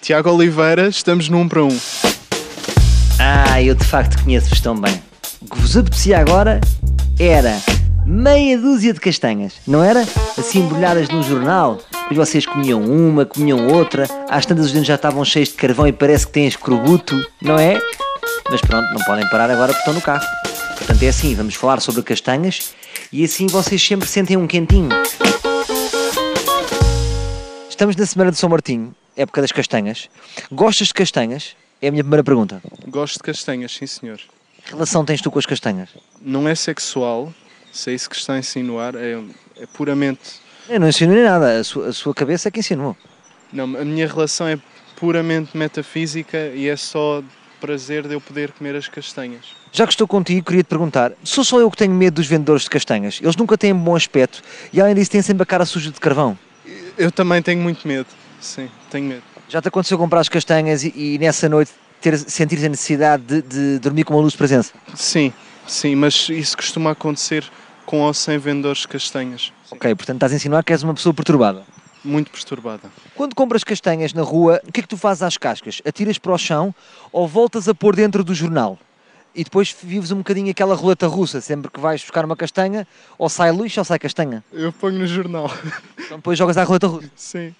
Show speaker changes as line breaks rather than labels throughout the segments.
Tiago Oliveira, estamos num para um.
Ah, eu de facto conheço-vos tão bem. O que vos apetecia agora era meia dúzia de castanhas, não era? Assim embrulhadas num jornal. Depois vocês comiam uma, comiam outra, às tantas os dentes já estavam cheios de carvão e parece que têm escorbuto, não é? Mas pronto, não podem parar agora porque estão no carro. Portanto é assim, vamos falar sobre castanhas e assim vocês sempre sentem um quentinho. Estamos na semana de São Martinho, época das castanhas. Gostas de castanhas? É a minha primeira pergunta.
Gosto de castanhas, sim senhor.
Que relação tens tu com as castanhas?
Não é sexual, se é isso que está a insinuar, é, é puramente.
Eu não insinuei nada, a sua, a sua cabeça é que insinuou.
Não, a minha relação é puramente metafísica e é só prazer de eu poder comer as castanhas.
Já que estou contigo, queria te perguntar: sou só eu que tenho medo dos vendedores de castanhas? Eles nunca têm bom aspecto e, além disso, têm sempre a cara suja de carvão.
Eu também tenho muito medo, sim, tenho medo.
Já te aconteceu comprar as castanhas e, e nessa noite, ter, sentir a necessidade de, de dormir com uma luz de presença?
Sim, sim, mas isso costuma acontecer com ou sem vendedores de castanhas. Sim.
Ok, portanto, estás a insinuar que és uma pessoa perturbada.
Muito perturbada.
Quando compras castanhas na rua, o que é que tu fazes às cascas? Atiras para o chão ou voltas a pôr dentro do jornal? E depois vives um bocadinho aquela roleta russa, sempre que vais buscar uma castanha, ou sai lixo ou sai castanha.
Eu ponho no jornal.
Então depois jogas à roleta russa.
Sim,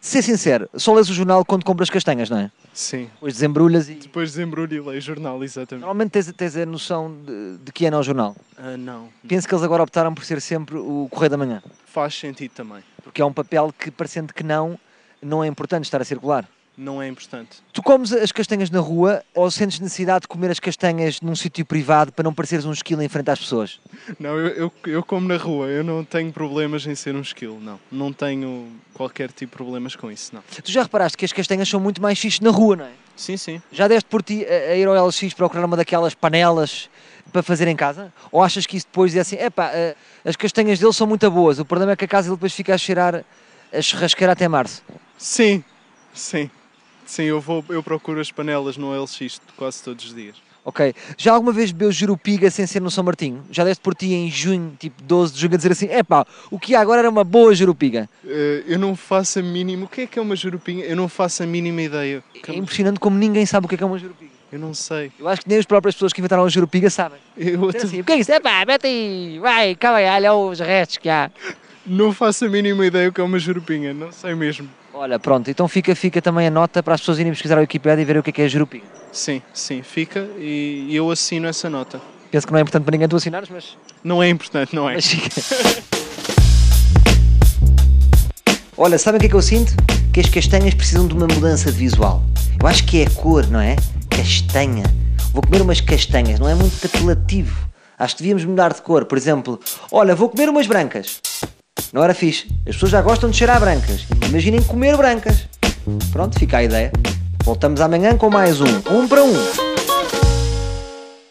Ser sincero, só lês o jornal quando compras castanhas, não é?
sim.
Depois desembrulhas e.
Depois desembrulho e leio jornal, exatamente.
Normalmente tens, tens a noção de, de que ano é o jornal.
Ah, não.
Penso que eles agora optaram por ser sempre o Correio da Manhã,
Faz sentido também.
porque é um papel que, parecendo que não, não é importante estar a circular.
Não é importante.
Tu comes as castanhas na rua ou sentes necessidade de comer as castanhas num sítio privado para não pareceres um esquilo em frente às pessoas?
Não, eu, eu, eu como na rua, eu não tenho problemas em ser um esquilo, não. Não tenho qualquer tipo de problemas com isso, não.
Tu já reparaste que as castanhas são muito mais fixe na rua, não é?
Sim, sim.
Já deste por ti a, a ir ao LX procurar uma daquelas panelas para fazer em casa? Ou achas que isso depois é assim, epá, eh, as castanhas dele são muito boas, o problema é que a casa ele depois fica a cheirar a churrasqueira até março?
Sim, sim. Sim, eu, vou, eu procuro as panelas no LX quase todos os dias.
Ok. Já alguma vez bebeu jurupiga sem ser no São Martinho? Já deste por ti em junho, tipo 12 de junho, a dizer assim, epá, o que há agora era uma boa É jurupiga?
Eh, eu não faço a mínima. O que é que é uma jurupinha? Eu não faço a mínima ideia.
É impressionante como ninguém sabe o que é, que é uma jurupiga.
Eu não sei.
Eu acho que nem as próprias pessoas que inventaram a jurupiga sabem.
Eu
Dizer
até-
assim, o que é isso? Epá, mete aí, vai, calma aí, olha os restos que há.
não faço a mínima ideia o que é uma jurupinha. Não sei mesmo.
Olha, pronto, então fica, fica também a nota para as pessoas irem pesquisar a Wikipedia e verem o que é, que é jurupiga.
Sim, sim, fica e e eu assino essa nota.
Penso que não é importante para ninguém tu assinares, mas,
Não é importante, não é?
mas fica. Olha, sabem o que é que eu sinto? Que as castanhas precisam de uma mudança de visual. Eu acho que é a cor, não é? Castanha. Vou comer umas castanhas, não é muito apelativo. Acho que devíamos mudar de cor. Por exemplo, olha, vou comer umas brancas. Não era fixe. As pessoas já gostam de cheirar brancas. Imaginem comer brancas. Pronto, fica a ideia. Voltamos amanhã com mais um. Um para um.